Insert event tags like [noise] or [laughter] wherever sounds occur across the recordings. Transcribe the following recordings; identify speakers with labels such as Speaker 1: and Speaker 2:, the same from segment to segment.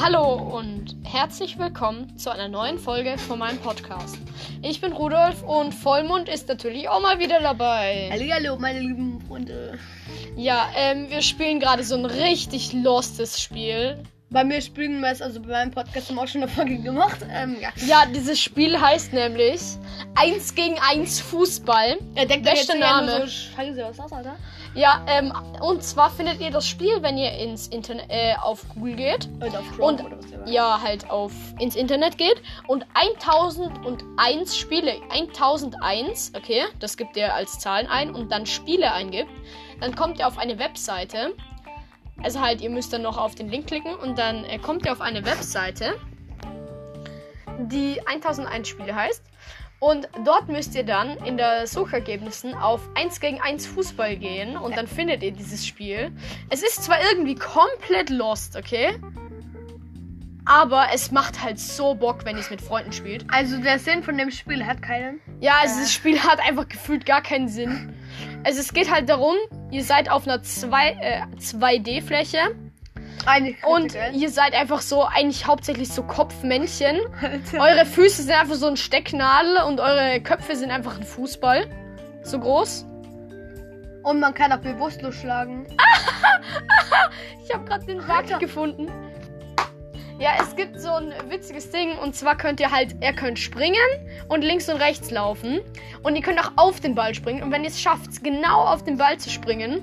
Speaker 1: Hallo und herzlich willkommen zu einer neuen Folge von meinem Podcast. Ich bin Rudolf und Vollmond ist natürlich auch mal wieder dabei.
Speaker 2: Hallo, meine lieben Freunde.
Speaker 1: Ja, ähm, wir spielen gerade so ein richtig lostes Spiel.
Speaker 2: Bei mir spielen wir es, also bei meinem Podcast haben wir auch schon eine Folge gemacht. Ähm, ja.
Speaker 1: Ja, dieses Spiel heißt nämlich 1 gegen 1 Fußball.
Speaker 2: Er Äh, denkt
Speaker 1: Beste Name.
Speaker 2: so scheiße aus, Alter.
Speaker 1: Ja, ähm, und zwar findet ihr das Spiel, wenn ihr ins Internet äh, auf Google geht.
Speaker 2: Und auf Chrome
Speaker 1: Und-
Speaker 2: oder was immer.
Speaker 1: Ja, halt auf ins Internet geht und 1001 Spiele, 1001, okay, das gibt ihr als Zahlen ein und dann Spiele eingibt, dann kommt ihr auf eine Webseite. Also halt, ihr müsst dann noch auf den Link klicken und dann äh, kommt ihr auf eine Webseite, die 1001 Spiele heißt. Und dort müsst ihr dann in der Suchergebnissen auf 1 gegen 1 Fußball gehen und dann findet ihr dieses Spiel. Es ist zwar irgendwie komplett lost, okay? Aber es macht halt so Bock, wenn ihr es mit Freunden spielt.
Speaker 2: Also der Sinn von dem Spiel hat keinen.
Speaker 1: Ja, also
Speaker 2: Äh.
Speaker 1: das Spiel [laughs] hat einfach gefühlt gar keinen Sinn. Also es geht halt darum, ihr seid auf einer zwei, äh, 2D-Fläche
Speaker 2: Eine
Speaker 1: und
Speaker 2: Kritik,
Speaker 1: ihr seid einfach so eigentlich hauptsächlich so Kopfmännchen.
Speaker 2: Alter.
Speaker 1: Eure Füße sind einfach so ein Stecknadel und eure Köpfe sind einfach ein Fußball. So groß.
Speaker 2: [laughs] Und man kann auch bewusstlos schlagen.
Speaker 1: Ich habe gerade den Wart
Speaker 2: Alter.
Speaker 1: gefunden. Ja, es gibt so ein witziges Ding und zwar könnt ihr halt, ihr könnt springen und links und rechts laufen und ihr könnt auch auf den Ball springen und wenn ihr es schafft, genau auf den Ball zu springen,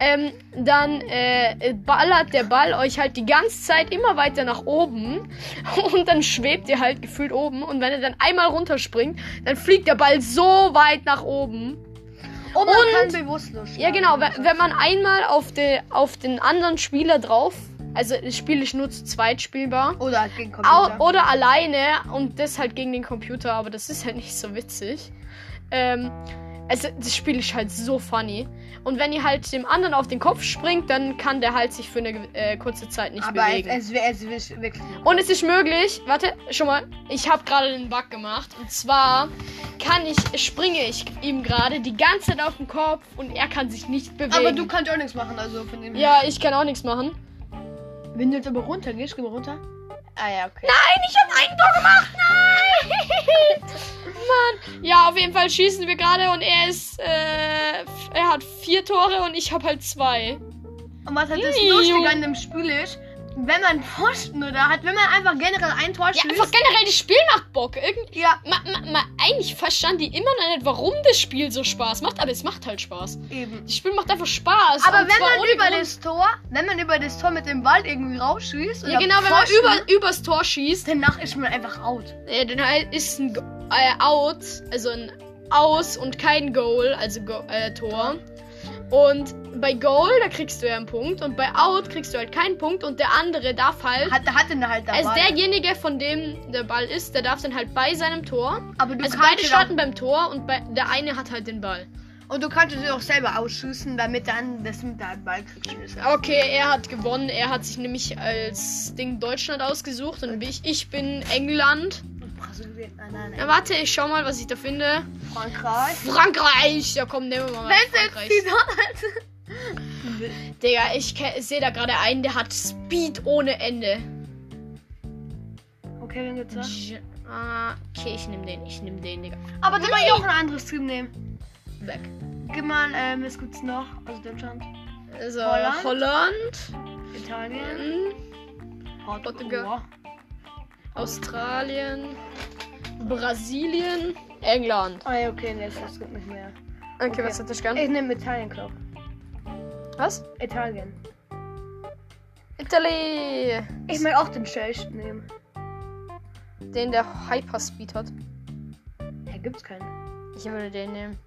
Speaker 1: ähm, dann äh, ballert der Ball euch halt die ganze Zeit immer weiter nach oben [laughs] und dann schwebt ihr halt gefühlt oben und wenn ihr dann einmal runterspringt, dann fliegt der Ball so weit nach oben.
Speaker 2: Und man
Speaker 1: Und-
Speaker 2: kann bewusstlos schlagen.
Speaker 1: Ja, genau. Wenn, wenn man einmal auf, de, auf den anderen Spieler drauf, also das Spiel ist nur zu zweit spielbar,
Speaker 2: Oder halt gegen
Speaker 1: au,
Speaker 2: Computer.
Speaker 1: oder alleine und das halt gegen den Computer, aber das ist halt [laughs] nicht so witzig. Ähm, also das Spiel ist halt so funny. Und wenn ihr halt dem anderen auf den Kopf springt, dann kann der halt sich für eine gew- äh, kurze Zeit nicht
Speaker 2: Aber es,
Speaker 1: bewegen.
Speaker 2: es, wär- es, es wirklich.
Speaker 1: Und es ist möglich, warte, schon mal, ich habe gerade einen Bug gemacht. Und zwar kann ich, springe ich ihm gerade die ganze Zeit auf den Kopf und er kann sich nicht bewegen.
Speaker 2: Aber du kannst auch nichts machen, also von dem.
Speaker 1: Ja, ich kann auch nichts machen.
Speaker 2: Wenn du jetzt aber runter gehst, geh mal runter. Ah ja, okay.
Speaker 1: Nein, ich habe ein Tor gemacht. Nein! [laughs] Mann. Ja, auf jeden Fall schießen wir gerade und er ist, äh, f- er hat vier Tore und ich habe halt zwei.
Speaker 2: Und was halt das
Speaker 1: Iu.
Speaker 2: Lustige an dem Spiel ist, wenn man Pfosten oder hat, wenn man einfach generell ein Tor
Speaker 1: Ja,
Speaker 2: schießt.
Speaker 1: einfach generell, das Spiel macht Bock. Irgend
Speaker 2: Ja,
Speaker 1: ma, ma, ma, eigentlich verstand die immer noch nicht, warum das Spiel so Spaß macht, aber es macht halt Spaß.
Speaker 2: eben.
Speaker 1: Das Spiel macht einfach Spaß.
Speaker 2: Aber
Speaker 1: und
Speaker 2: wenn
Speaker 1: zwar
Speaker 2: man
Speaker 1: ohne
Speaker 2: über
Speaker 1: Grund.
Speaker 2: das Tor, wenn man über das Tor mit dem Ball irgendwie rausschießt,
Speaker 1: Ja,
Speaker 2: oder
Speaker 1: genau, wenn man
Speaker 2: Pfosten,
Speaker 1: über, übers Tor schießt,
Speaker 2: danach ist man einfach out.
Speaker 1: äh, dann halt ist ein Go äh, Out, also ein Aus und kein Goal, also Go äh, Tor. Und bei Goal, da kriegst du ja einen Punkt und bei Out kriegst du halt keinen Punkt und der andere darf halt.
Speaker 2: Hat, hat dann halt
Speaker 1: Also
Speaker 2: dabei.
Speaker 1: derjenige, von dem der Ball ist, der darf dann halt bei seinem Tor.
Speaker 2: aber du
Speaker 1: also
Speaker 2: kannst
Speaker 1: beide
Speaker 2: ihn
Speaker 1: starten beim Tor und bei, der eine hat halt den Ball.
Speaker 2: auch, und du kannst es auch selber ausschießen, damit dann das mit deinem Ball kriegst.
Speaker 1: Okay, er hat gewonnen. Er hat sich nämlich als Ding Deutschland ausgesucht und ich, ich bin England.
Speaker 2: Brasilien, nein, nein,
Speaker 1: Na,
Speaker 2: nein.
Speaker 1: warte, ich schau mal, was ich da finde.
Speaker 2: Frankreich.
Speaker 1: Frankreich! Ja komm, nehmen wir mal.
Speaker 2: Wenn
Speaker 1: Frankreich.
Speaker 2: jetzt die Donald.
Speaker 1: Digga, ich sehe da gerade einen, der hat Speed ohne Ende.
Speaker 2: Okay, wenn jetzt das.
Speaker 1: J- ah, Okay, ich nehme den, ich nehme den, Digga.
Speaker 2: Aber du kannst auch ein anderes Team nehmen.
Speaker 1: Weg.
Speaker 2: Gib mal, ähm, was gibt's noch? Also Deutschland,
Speaker 1: Also,
Speaker 2: Holland?
Speaker 1: Holland.
Speaker 2: Italien,
Speaker 1: ähm, Portugal.
Speaker 2: Portugal.
Speaker 1: Australien, Brasilien, England.
Speaker 2: Ah ja, okay, nee, das gibt nicht mehr.
Speaker 1: Okay,
Speaker 2: Okay.
Speaker 1: was hat das gern?
Speaker 2: Ich nehme Italien, glaub.
Speaker 1: Was?
Speaker 2: Italien.
Speaker 1: Italy!
Speaker 2: Ich mag auch den Shelch nehmen.
Speaker 1: Den, der Hyperspeed hat.
Speaker 2: Da gibt's keinen.
Speaker 1: Ich würde den nehmen.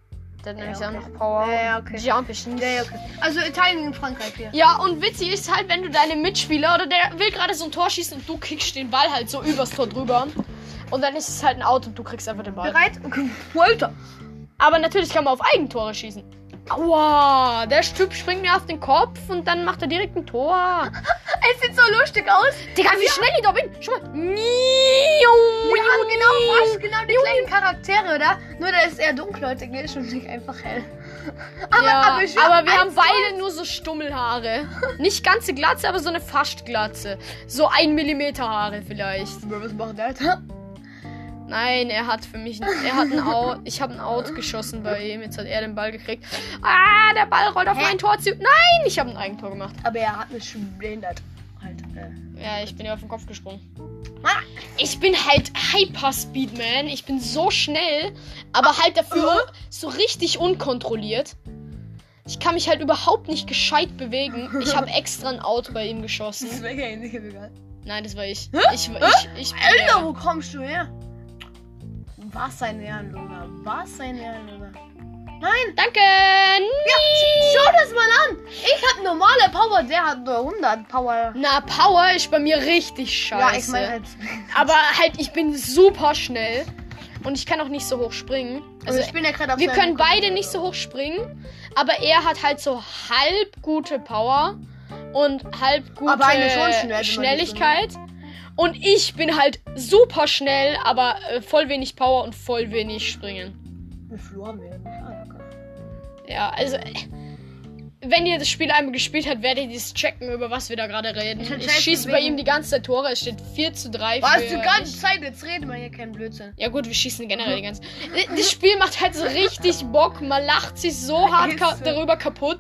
Speaker 1: Dann nehme
Speaker 2: Ja,
Speaker 1: ich auch
Speaker 2: okay.
Speaker 1: noch Power.
Speaker 2: Ja, ja, okay.
Speaker 1: Jump ich nicht.
Speaker 2: Ja, ja, okay. Also Italien und Frankreich hier.
Speaker 1: Ja, und witzig ist halt, wenn du deine Mitspieler oder der will gerade so ein Tor schießen und du kriegst den Ball halt so übers Tor drüber. Und dann ist es halt ein Out und du kriegst einfach den Ball.
Speaker 2: Bereit? Okay. Walter.
Speaker 1: Aber natürlich kann man auf Eigentore schießen. Aua, der Typ springt mir auf den Kopf und dann macht er direkt ein Tor.
Speaker 2: Es sieht so lustig aus.
Speaker 1: Digga, wie schnell ich da bin. Schau mal. Miau,
Speaker 2: Wir haben genau
Speaker 1: miau.
Speaker 2: fast genau die kleinen Charaktere, oder? Nur da ist eher dunkelhäutig ist und nicht einfach hell. Aber,
Speaker 1: ja,
Speaker 2: aber, ich-
Speaker 1: aber wir
Speaker 2: eins,
Speaker 1: haben beide nur so Stummelhaare. Nicht ganze Glatze, aber so eine fast Glatze. So ein Millimeter Haare vielleicht.
Speaker 2: Bro, was macht der Alter?
Speaker 1: Nein, er hat für mich. Er hat ein
Speaker 2: [laughs]
Speaker 1: Out. Ich habe ein Out geschossen bei ihm. Jetzt hat er den Ball gekriegt. Ah, der Ball rollt auf
Speaker 2: Hä?
Speaker 1: mein Tor zu. Nein, ich habe ein Eigentor gemacht.
Speaker 2: Aber er hat mich schon behindert. Halt, äh.
Speaker 1: Ja, ich bin ja auf den Kopf gesprungen.
Speaker 2: Ah!
Speaker 1: Ich bin halt Hyper-Speedman. Ich bin so schnell,
Speaker 2: Ah.
Speaker 1: aber halt
Speaker 2: Äh?
Speaker 1: dafür so richtig unkontrolliert. Ich kann mich halt überhaupt nicht gescheit bewegen. Ich
Speaker 2: [laughs]
Speaker 1: habe extra ein Out bei ihm geschossen.
Speaker 2: Das wäre ja nicht egal.
Speaker 1: Nein, das war ich.
Speaker 2: Hä?
Speaker 1: Ich, ich, ich, ich
Speaker 2: Alter, wo kommst du her? Was ein Ehrenloser. Was ein Ehrenloser. Nein!
Speaker 1: Danke!
Speaker 2: Ja, sch- schau das mal an! Ich hab normale Power, der hat nur 100 Power.
Speaker 1: Na, Power ist bei mir richtig scheiße.
Speaker 2: Ja, ich meine halt.
Speaker 1: Aber halt, ich bin super schnell. Und ich kann auch nicht so hoch springen. Also,
Speaker 2: Also ich bin ja gerade auf
Speaker 1: wir
Speaker 2: seinem
Speaker 1: können beide
Speaker 2: Computer.
Speaker 1: nicht so hoch springen. Aber er hat halt so halb gute Power. Und halb gute
Speaker 2: Aber eine schon schnell, wenn man die so
Speaker 1: Schnelligkeit. Und ich bin halt super schnell, aber äh, voll wenig Power und voll wenig Springen.
Speaker 2: Wir verloren werden. Ah, okay.
Speaker 1: Ja, also. äh, Wenn ihr das Spiel einmal gespielt habt, werdet ihr es checken, über was wir da gerade reden.
Speaker 2: Ich hab
Speaker 1: Ich
Speaker 2: selbst
Speaker 1: schieße bei
Speaker 2: gesehen.
Speaker 1: ihm die ganze Zeit Tore. Es steht 4 zu 3 für
Speaker 2: Was, die
Speaker 1: mich.
Speaker 2: ganze Zeit, jetzt reden wir hier keinen Blödsinn.
Speaker 1: Ja gut, wir schießen generell die
Speaker 2: Hm.
Speaker 1: ganze Äh, Das Spiel macht halt so richtig Bock. Man lacht sich so hart ka
Speaker 2: Ist so.
Speaker 1: darüber kaputt.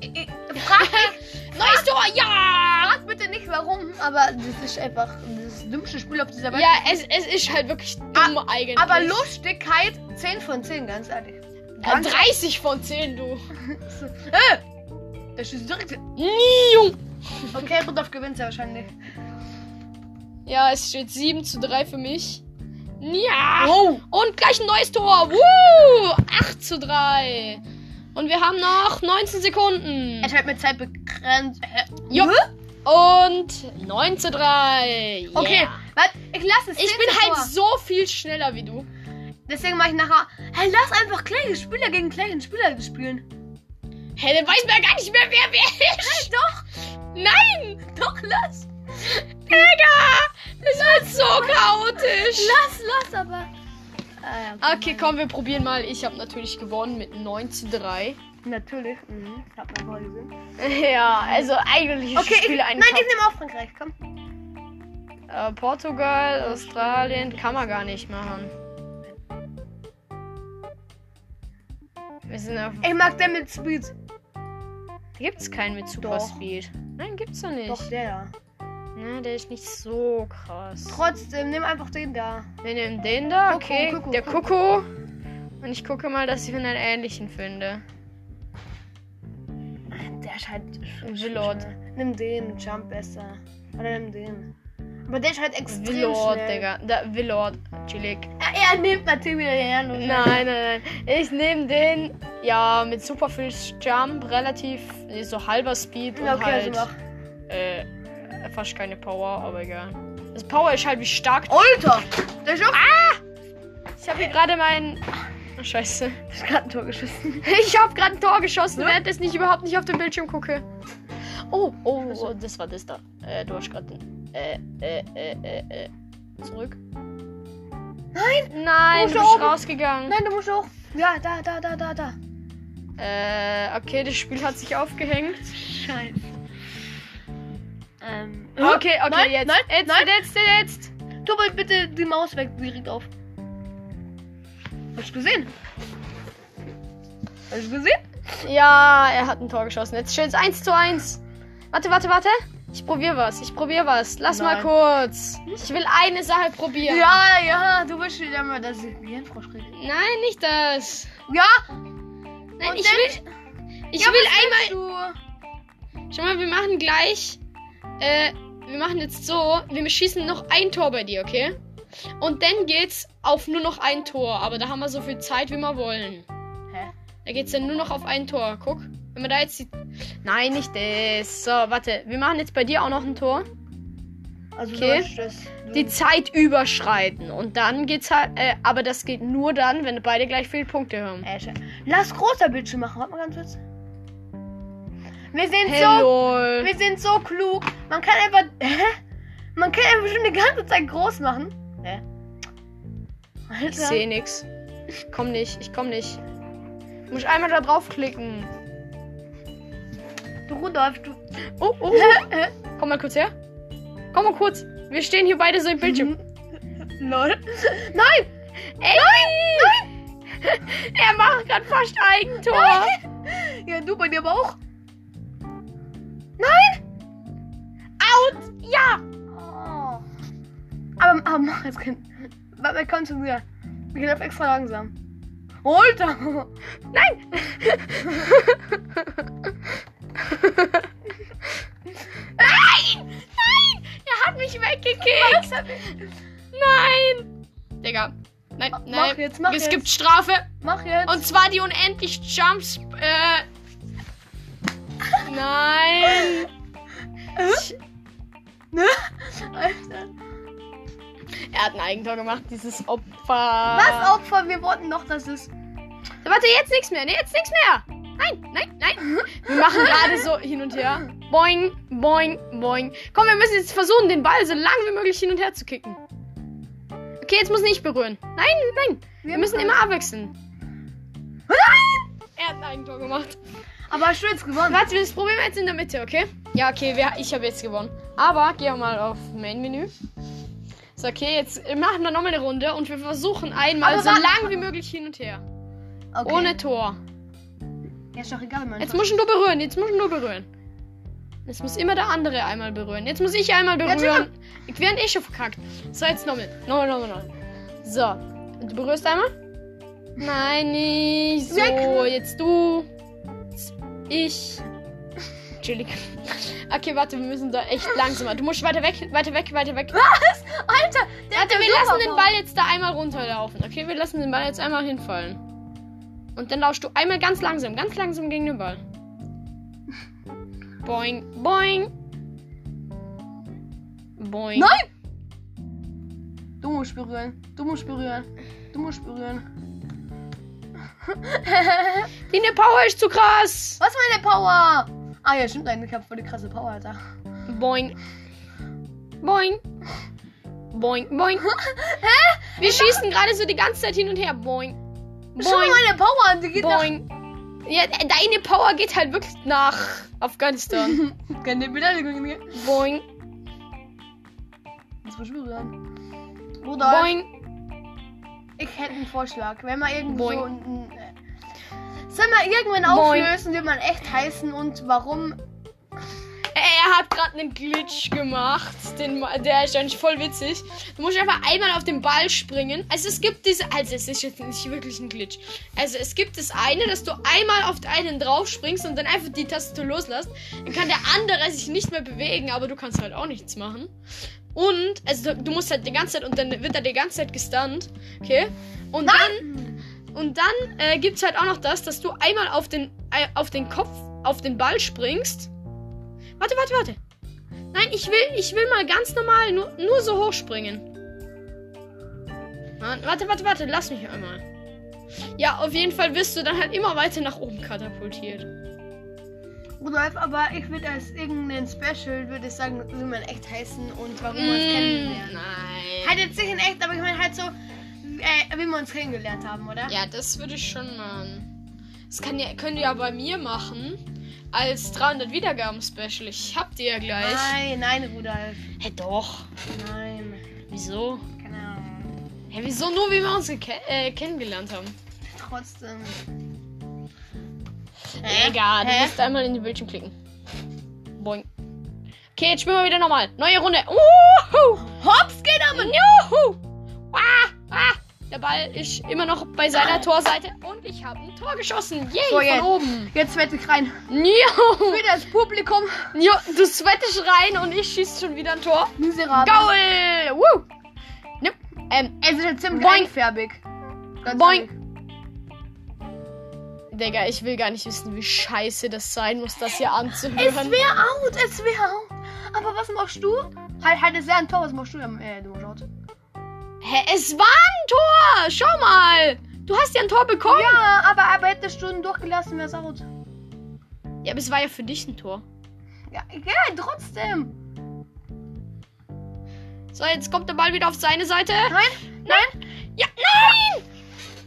Speaker 2: Ich- ich- Frag
Speaker 1: [laughs]
Speaker 2: mich,
Speaker 1: Neues Tor, ja!
Speaker 2: frag bitte nicht warum, aber das ist einfach das dümmste Spiel auf dieser Welt.
Speaker 1: Ja, es, es ist halt wirklich dumm eigentlich.
Speaker 2: aber Lustigkeit 10 von 10, ganz ehrlich.
Speaker 1: Äh, 30 von 10, du.
Speaker 2: Äh! Der schießt direkt.
Speaker 1: Nie, Jung.
Speaker 2: Okay, Rudolf gewinnt ja wahrscheinlich.
Speaker 1: Ja, es steht 7 zu 3 für mich. Ja!
Speaker 2: Oh!
Speaker 1: Und gleich ein neues Tor. Woo! 8 zu 3. Und wir haben noch 19 Sekunden.
Speaker 2: Er hat mit Zeit begrenzt. Äh, Hä?
Speaker 1: Jupp. Und 9 zu 3. Yeah.
Speaker 2: Okay, warte, ich lasse es.
Speaker 1: Ich
Speaker 2: 10
Speaker 1: bin
Speaker 2: zu
Speaker 1: halt
Speaker 2: vor.
Speaker 1: so viel schneller wie du.
Speaker 2: Deswegen mache ich nachher. Hey, lass einfach kleine Spieler gegen kleine Spieler spielen. [laughs]
Speaker 1: Hä, dann weiß man ja gar nicht mehr, wer wer ist.
Speaker 2: Doch,
Speaker 1: Nein!
Speaker 2: doch, lass.
Speaker 1: Digga! Das wird so chaotisch.
Speaker 2: Lass, lass, aber. Ah, ja,
Speaker 1: Okay, komm, wir probieren mal. Ich habe natürlich gewonnen mit 9 zu 3.
Speaker 2: Natürlich. Mhm. Hab mal vorgesehen.
Speaker 1: [laughs] Ja, also eigentlich ist
Speaker 2: Okay,
Speaker 1: das
Speaker 2: ich,
Speaker 1: Spiel ein
Speaker 2: nein, ich nehme auch Frankreich. Komm.
Speaker 1: Äh, Portugal, Australien kann man gar nicht machen. Wir sind auf.
Speaker 2: Ich mag den mit Speed.
Speaker 1: Gibt's keinen mit Super
Speaker 2: Doch.
Speaker 1: Speed? Nein, gibt's doch nicht.
Speaker 2: Doch, der da.
Speaker 1: Na, der ist nicht so krass.
Speaker 2: Trotzdem, nimm einfach den da.
Speaker 1: Wir nehmen den da,
Speaker 2: Kuckuck,
Speaker 1: okay.
Speaker 2: Kuckuck,
Speaker 1: der
Speaker 2: Kuckuck.
Speaker 1: Kuckuck. Und ich gucke mal, dass ich einen ähnlichen finde.
Speaker 2: Der ist halt.
Speaker 1: Willard.
Speaker 2: schnell. Nimm den, Jump besser. Oder nimm den. Aber der ist halt extrem
Speaker 1: Willard,
Speaker 2: schnell.
Speaker 1: Digga. Da, Willard, Chilik.
Speaker 2: Er, er nimmt natürlich den Herrn.
Speaker 1: Nein, nein, nein. Ich nehme den, ja, mit super viel Jump, relativ, nee, so halber Speed und
Speaker 2: Okay, also
Speaker 1: halt,
Speaker 2: mach.
Speaker 1: äh, fast keine Power, aber egal. Das Power ist halt wie stark.
Speaker 2: Alter! Der ist auch.
Speaker 1: Ich habe hier gerade mein... Oh, scheiße.
Speaker 2: Ich hab grad ein Tor geschossen.
Speaker 1: [laughs] Ich habe gerade ein Tor geschossen,
Speaker 2: Ja.
Speaker 1: während ich überhaupt nicht auf den Bildschirm gucke. Oh, oh, oh das war das da. Äh, du hast gerade den. Äh, äh, äh, äh, äh. Zurück. Nein! Oh, Nein,
Speaker 2: Du musst
Speaker 1: du
Speaker 2: da
Speaker 1: bist
Speaker 2: oben.
Speaker 1: rausgegangen.
Speaker 2: Nein, du musst auch. Ja, da, da, da, da, da.
Speaker 1: Äh, okay, das Spiel hat sich aufgehängt.
Speaker 2: Scheiße. Ähm.
Speaker 1: Okay, okay,
Speaker 2: nein,
Speaker 1: jetzt.
Speaker 2: Nein,
Speaker 1: jetzt,
Speaker 2: nein.
Speaker 1: jetzt, jetzt, jetzt.
Speaker 2: Tu mal bitte die Maus weg direkt auf. Hast du gesehen? Hast du gesehen?
Speaker 1: Ja, er hat ein Tor geschossen. Jetzt steht es 1 zu 1. Warte, warte, warte. Ich probier was. Ich probier was. Lass
Speaker 2: Nein.
Speaker 1: mal kurz. Ich will eine Sache probieren.
Speaker 2: Ja, ja, du willst wieder mal, dass ich mir Hirnfrosch kriege.
Speaker 1: Nein, nicht das.
Speaker 2: Ja,
Speaker 1: Nein,
Speaker 2: Und
Speaker 1: ich
Speaker 2: dann-
Speaker 1: will. Ich
Speaker 2: ja,
Speaker 1: will einmal.
Speaker 2: was willst
Speaker 1: Schau mal, wir machen gleich. Äh, wir machen jetzt so, wir schießen noch ein Tor bei dir, okay? Und dann geht's auf nur noch ein Tor, aber da haben wir so viel Zeit, wie wir wollen.
Speaker 2: du. Hä?
Speaker 1: Da geht's dann nur noch auf ein Tor. Guck, wenn wir da jetzt die... Nein, nicht das. So, warte, wir machen jetzt bei dir auch noch ein Tor.
Speaker 2: Also,
Speaker 1: Okay.
Speaker 2: okay. du hast das. Du
Speaker 1: Die Zeit überschreiten und dann geht's halt, äh, aber das geht nur dann, wenn beide gleich viele Punkte haben.
Speaker 2: Äh, sche- Lass großer Bildschirm machen. Warte mal ganz kurz. Wir sind so
Speaker 1: Hello.
Speaker 2: Wir sind so klug. Man kann einfach. [laughs] Hä? Man kann einfach schon die ganze Zeit groß machen. Hä?
Speaker 1: Ich
Speaker 2: Alter.
Speaker 1: sehe nix. Ich komm nicht, ich komm nicht. Muss einmal da draufklicken.
Speaker 2: Du Rudolf, du.
Speaker 1: Oh, oh, oh. [laughs] Komm mal kurz her. Komm mal kurz. Wir stehen hier beide so im Bildschirm.
Speaker 2: Lol. [laughs]
Speaker 1: Ey! Nein! er macht gerade fast Eigentor.
Speaker 2: Ja, du bei dir aber auch.
Speaker 1: Out! Ja!
Speaker 2: Oh. Aber, aber mach jetzt kein. Warte, wir kommen schon wieder. Wir gehen auf extra langsam. Alter! [laughs]
Speaker 1: Nein! Nein! Nein! Er hat mich weggekickt! Nein! Digga. Nein, nein.
Speaker 2: Mach jetzt, mach
Speaker 1: es
Speaker 2: jetzt.
Speaker 1: gibt Strafe.
Speaker 2: Mach jetzt.
Speaker 1: Und zwar die unendlich Jumps. [laughs] Äh. Nein.
Speaker 2: ne? Alter.
Speaker 1: Er hat ein Eigentor gemacht, dieses Opfer.
Speaker 2: Was Opfer? Wir wollten doch, dass es.
Speaker 1: Warte, jetzt nichts mehr. Nee, jetzt nichts mehr. Nein, nein, nein. Wir machen gerade so hin und her. Boing, boing, boing. Komm, wir müssen jetzt versuchen, den Ball so lang wie möglich hin und her zu kicken. Okay, jetzt muss nicht berühren. Nein, nein. Wir müssen immer abwechseln. Nein! Er hat ein Eigentor gemacht.
Speaker 2: Aber Schütz gewonnen.
Speaker 1: Warte, das probieren wir jetzt in der Mitte, okay? Ja, okay, wer, ich habe jetzt gewonnen. Aber geh auch mal auf Main-Menü. So, okay, jetzt machen wir nochmal eine Runde und wir versuchen einmal
Speaker 2: Aber
Speaker 1: so
Speaker 2: warte.
Speaker 1: lang wie möglich hin und her.
Speaker 2: Okay.
Speaker 1: Ohne Tor.
Speaker 2: Ja, ist doch egal, Mann.
Speaker 1: Jetzt musst du berühren, jetzt musst du berühren. Jetzt muss immer der andere einmal berühren. Jetzt muss ich einmal
Speaker 2: Jetzt
Speaker 1: berühren. Ich, während ich schon verkackt. So, jetzt nochmal. Nochmal, nochmal, nochmal. So. Du berührst einmal? Nein, nicht so.
Speaker 2: Weg.
Speaker 1: Jetzt du. Jetzt Ich. Entschuldigung. Okay, warte, wir müssen da echt langsamer. Du musst weiter weg, weiter weg, weiter weg.
Speaker 2: Alter, der
Speaker 1: Warte, wir lassen den Ball jetzt da einmal runterlaufen. Okay, wir lassen den Ball jetzt einmal hinfallen. Und dann lauschst du einmal ganz langsam, ganz langsam gegen den Ball. Boing, boing. Boing.
Speaker 2: Nein! Du musst berühren. Du musst berühren. Du musst berühren.
Speaker 1: Deine Power ist zu krass.
Speaker 2: Was meine Power? Ah ja, stimmt eigentlich. Ich hab voll die krasse Power, Alter.
Speaker 1: Boing. Boing. Boing,
Speaker 2: [laughs]
Speaker 1: boing. Wir schießen gerade so die ganze Zeit hin und her. Boing.
Speaker 2: Schau mal
Speaker 1: Boing,
Speaker 2: meine Power an. Die geht
Speaker 1: boing. Ja, deine Power geht halt wirklich nach Afghanistan.
Speaker 2: [laughs] nach... Keine Beleidigung. hier.
Speaker 1: Boing.
Speaker 2: Das musst du berühren. Rudolf,
Speaker 1: Boing.
Speaker 2: ich hätte einen Vorschlag. Wenn man irgendwo
Speaker 1: Boing.
Speaker 2: so einen... äh, Sollen wir irgendwann
Speaker 1: Boing.
Speaker 2: auflösen, wie man echt heißen und warum?
Speaker 1: Er hat gerade einen Glitch gemacht. Den, ma- der ist eigentlich voll witzig. Du musst einfach einmal auf den Ball springen. Also es gibt diese. Also es ist jetzt nicht wirklich ein Glitch. Also es gibt das eine, dass du einmal auf einen drauf springst und dann einfach die Taste loslässt. Dann kann der andere sich nicht mehr bewegen, aber du kannst halt auch nichts machen. Und, also du, du musst halt die ganze Zeit und dann wird er die ganze Zeit gestunt. Okay? Und dann. Und dann äh, gibt's halt auch noch das, dass du einmal auf den, äh, auf den Kopf, auf den Ball springst. Warte, warte, warte. Nein, ich will, ich will mal ganz normal nur, nur so hoch springen. Mann, warte, warte, warte, lass mich einmal. Ja, auf jeden Fall wirst du dann halt immer weiter nach oben katapultiert.
Speaker 2: Rudolf, aber ich würde als irgendein Special, würde ich sagen, wie man echt heißen und warum wir uns
Speaker 1: Mm,
Speaker 2: kennenlernen.
Speaker 1: nein.
Speaker 2: Halt jetzt nicht in echt, aber ich meine halt so, äh, wie wir uns kennengelernt haben, oder?
Speaker 1: Ja, das würde ich schon machen. Das kann ja, könnt ihr ja bei mir machen. Als 300 Wiedergaben-Special. Ich hab die ja gleich.
Speaker 2: Nein, nein, Rudolf.
Speaker 1: Hä, doch.
Speaker 2: Nein.
Speaker 1: Wieso?
Speaker 2: Keine Ahnung.
Speaker 1: Hä, wieso nur, wie wir uns geke- äh, kennengelernt haben?
Speaker 2: Trotzdem.
Speaker 1: Egal, du
Speaker 2: Hä?
Speaker 1: musst einmal in den Bildschirm klicken. Boing. Okay, jetzt spielen wir wieder nochmal. Neue Runde. Uhu! Hops geht
Speaker 2: Hm.
Speaker 1: damit. Juhu! Ah, ah. Der Ball ist immer noch bei seiner Torseite und ich habe ein Tor geschossen. Yay,
Speaker 2: So,
Speaker 1: von
Speaker 2: Ah. jetzt.
Speaker 1: oben.
Speaker 2: Jetzt wette ich rein.
Speaker 1: Jo.
Speaker 2: Für das Publikum.
Speaker 1: jo, du sweatest rein und ich schieße schon wieder ein Tor.
Speaker 2: Miserabel.
Speaker 1: Goal! Woo! Ne, ähm,
Speaker 2: Es ist jetzt ziemlich
Speaker 1: Boing.
Speaker 2: einfärbig. Ganz
Speaker 1: Boing.
Speaker 2: ehrlich.
Speaker 1: Digga, ich will gar nicht wissen, wie scheiße das sein muss, das hier
Speaker 2: Es
Speaker 1: anzuhören.
Speaker 2: wäre out, es wäre out. Aber was machst du? Halt, halt, es wäre ein Tor. Was machst du? Ähm, Äh, du machst out.
Speaker 1: Hä, es war ein Tor! Schau mal! Du hast ja ein Tor bekommen!
Speaker 2: Ja, aber, aber hättest du ihn durchgelassen, wäre es out.
Speaker 1: Ja, aber es war ja für dich ein Tor.
Speaker 2: Ja, ja, trotzdem.
Speaker 1: So, jetzt kommt der Ball wieder auf seine Seite.
Speaker 2: Nein?
Speaker 1: Nein! Ja, nein!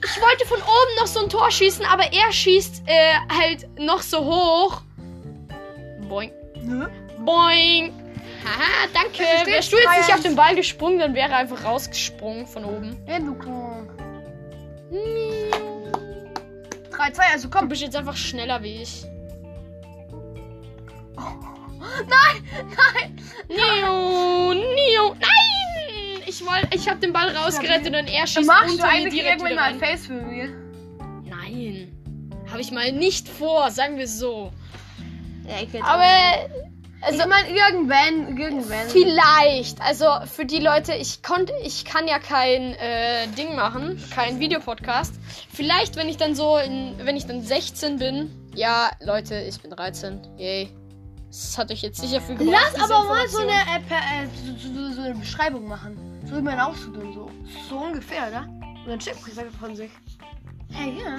Speaker 1: Ich wollte von oben noch so ein Tor schießen, aber er schießt äh, halt noch so hoch. Boing.
Speaker 2: Ne?
Speaker 1: Boing. Haha, danke.
Speaker 2: Es steht
Speaker 1: Wärst du jetzt nicht
Speaker 2: 2-1.
Speaker 1: auf den Ball gesprungen, dann wäre er einfach rausgesprungen von oben.
Speaker 2: Ja, du komm.
Speaker 1: Du
Speaker 2: 3, 2, also komm.
Speaker 1: bist jetzt einfach schneller wie ich.
Speaker 2: Nein!
Speaker 1: Neo, Neo, nein! Ich wollte, ich habe den Ball rausgerettet und er
Speaker 2: Du
Speaker 1: schießt
Speaker 2: machst du
Speaker 1: unter mir
Speaker 2: eigentlich
Speaker 1: direkt
Speaker 2: irgendwann
Speaker 1: wieder
Speaker 2: mal
Speaker 1: rein.
Speaker 2: ein Face für mich.
Speaker 1: Nein, habe ich mal nicht vor, sagen wir so.
Speaker 2: Ja, ich
Speaker 1: Aber also
Speaker 2: ich meine, irgendwann, irgendwann.
Speaker 1: vielleicht, also für die Leute, ich konnte, ich kann ja kein äh, Ding machen, kein Videopodcast. Vielleicht, wenn ich dann so, in, wenn ich dann 16 bin, ja, Leute, ich bin 13, yay. Das hat euch jetzt sicher viel gebracht.
Speaker 2: Lass
Speaker 1: diese
Speaker 2: aber mal so
Speaker 1: Information.
Speaker 2: eine, äh, per- äh, so, so, so, so eine Beschreibung machen. So wie man auch so dünn, so. So ungefähr, oder? Und dann schickt man es einfach von sich. Hey, ja.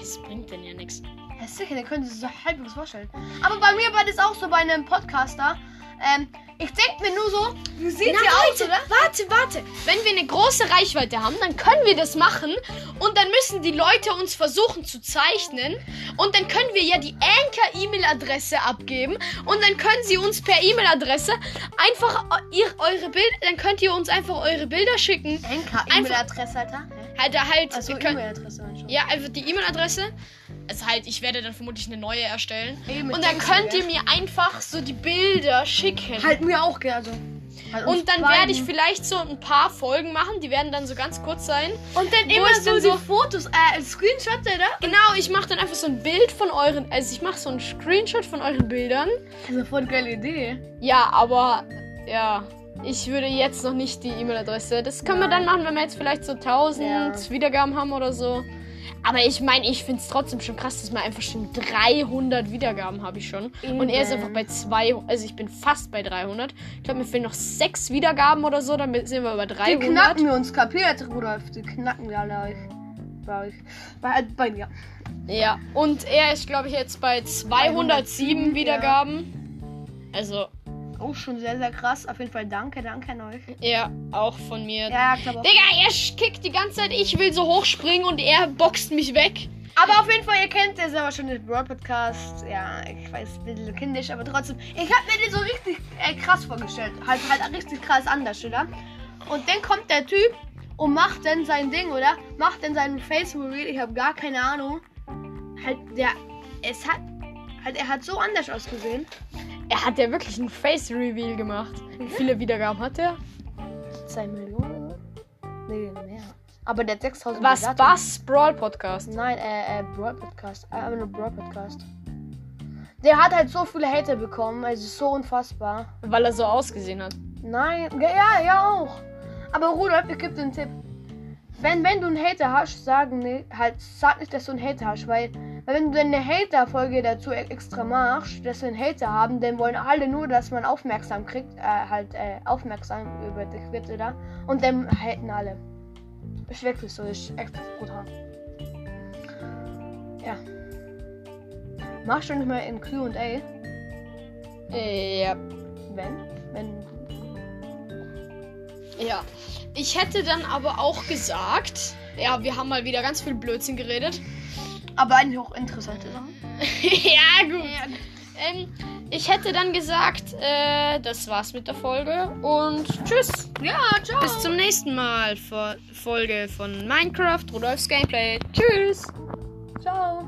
Speaker 1: Das bringt denn ja nichts.
Speaker 2: Ja, sicher, der könnte sich so halbwegs vorstellen. Aber bei mir war das auch so bei einem Podcaster. Ähm, ich denke mir nur so, du siehst
Speaker 1: Na,
Speaker 2: ja aus,
Speaker 1: Leute,
Speaker 2: oder?
Speaker 1: Warte, warte. Wenn wir eine große Reichweite haben, dann können wir das machen. Und dann müssen die Leute uns versuchen zu zeichnen. Und dann können wir ja die Anchor-E-Mail-Adresse abgeben. Und dann können sie uns per E-Mail-Adresse einfach eu- ihr, eure Bilder, dann könnt ihr uns einfach eure Bilder schicken.
Speaker 2: Enka, E-Mail-Adresse, Alter. Hä?
Speaker 1: Halt, halt,
Speaker 2: Achso,
Speaker 1: ihr könnt-
Speaker 2: E-Mail-Adresse, mein Schatz.
Speaker 1: ja, einfach die E-Mail-Adresse. Also halt, ich werde dann vermutlich eine neue erstellen.
Speaker 2: Ey, mit
Speaker 1: Und dann
Speaker 2: Text,
Speaker 1: könnt
Speaker 2: gell?
Speaker 1: ihr mir einfach so die Bilder schicken.
Speaker 2: Halt mir auch, gell, also. Halt uns
Speaker 1: Und dann werde ich
Speaker 2: beiden.
Speaker 1: vielleicht so ein paar Folgen machen, die werden dann so ganz kurz sein.
Speaker 2: Und dann
Speaker 1: Wo
Speaker 2: immer
Speaker 1: ist
Speaker 2: so,
Speaker 1: denn so-
Speaker 2: die Fotos, äh, Screenshots, oder?
Speaker 1: Genau, ich mache dann einfach so ein Bild von euren, also ich mache so ein Screenshot von euren Bildern.
Speaker 2: Das ist eine voll geile Idee.
Speaker 1: Ja, aber ja, ich würde jetzt noch nicht die E-Mail-Adresse. Das können wir dann
Speaker 2: Nein.
Speaker 1: machen, wenn wir jetzt vielleicht so 1000
Speaker 2: Ja.
Speaker 1: Wiedergaben haben oder so. Aber ich meine, ich finde es trotzdem schon krass, dass man einfach schon 300 Wiedergaben habe ich schon. Und er ist
Speaker 2: Eben.
Speaker 1: einfach bei 200, also ich bin fast bei 300. Ich glaube, mir fehlen noch 6 Wiedergaben oder so, dann sind wir bei
Speaker 2: Die
Speaker 1: 300.
Speaker 2: knacken wir uns, kapiert, Rudolf? Die knacken wir alle euch. Bei euch. Bei, bei mir.
Speaker 1: Ja, und er ist, glaube ich, jetzt bei 207
Speaker 2: 207,
Speaker 1: Wiedergaben. Also,
Speaker 2: Auch schon sehr, sehr krass. Auf jeden Fall danke, danke an euch.
Speaker 1: er auch von mir.
Speaker 2: Ja, klar.
Speaker 1: Digga, er sch- kickt die ganze Zeit, ich will so hochspringen und er boxt mich weg.
Speaker 2: Aber auf jeden Fall, ihr kennt ja selber schon den Broad Podcast. Ja, ich weiß, ein bisschen kindisch, aber trotzdem. Ich habe mir den so richtig äh, krass vorgestellt. Halt, halt richtig krass anders, oder? Und dann kommt der Typ und macht dann sein Ding, oder? Macht dann seinen Facebook Reel. Ich habe gar keine Ahnung. Halt, der. Es hat. Halt, er hat so anders ausgesehen.
Speaker 1: Er hat ja wirklich ein Face Reveal gemacht. Wie viele Wiedergaben hat er?
Speaker 2: 2 Millionen? Nee, mehr. Aber der hat 6000
Speaker 1: Was
Speaker 2: Bewertungen.
Speaker 1: Bass Brawl Podcast.
Speaker 2: Nein, äh, äh, Broad Podcast. Äh, aber nur Broad Podcast. Der hat halt so viele Hater bekommen, also so unfassbar.
Speaker 1: Weil er so ausgesehen hat.
Speaker 2: Nein, ja, ja, ja auch. Aber Rudolf, ich gebe dir einen Tipp. Wenn, wenn du einen Hater hast, sag, ni- halt, sag nicht, dass du einen Hater hast, weil, weil wenn du eine Hater-Folge dazu e- extra machst, dass wir einen Hater haben, dann wollen alle nur, dass man aufmerksam kriegt, äh, halt äh, aufmerksam über dich wird, oder? Und dann haten alle. Ist wirklich so, ist echt brutal. Ja. Machst du nicht mehr in QA?
Speaker 1: Äh, Ja.
Speaker 2: Wenn? Wenn.
Speaker 1: Ja. Ich hätte dann aber auch gesagt, ja, wir haben mal wieder ganz viel Blödsinn geredet. [laughs]
Speaker 2: Aber eigentlich auch interessante Sachen.
Speaker 1: ja, gut. Ähm, ich hätte dann gesagt, äh, das war's mit der Folge und tschüss.
Speaker 2: Ja, ciao.
Speaker 1: Bis zum nächsten Mal. Fo- Folge von Minecraft, Rudolfs Gameplay. Tschüss.
Speaker 2: Ciao.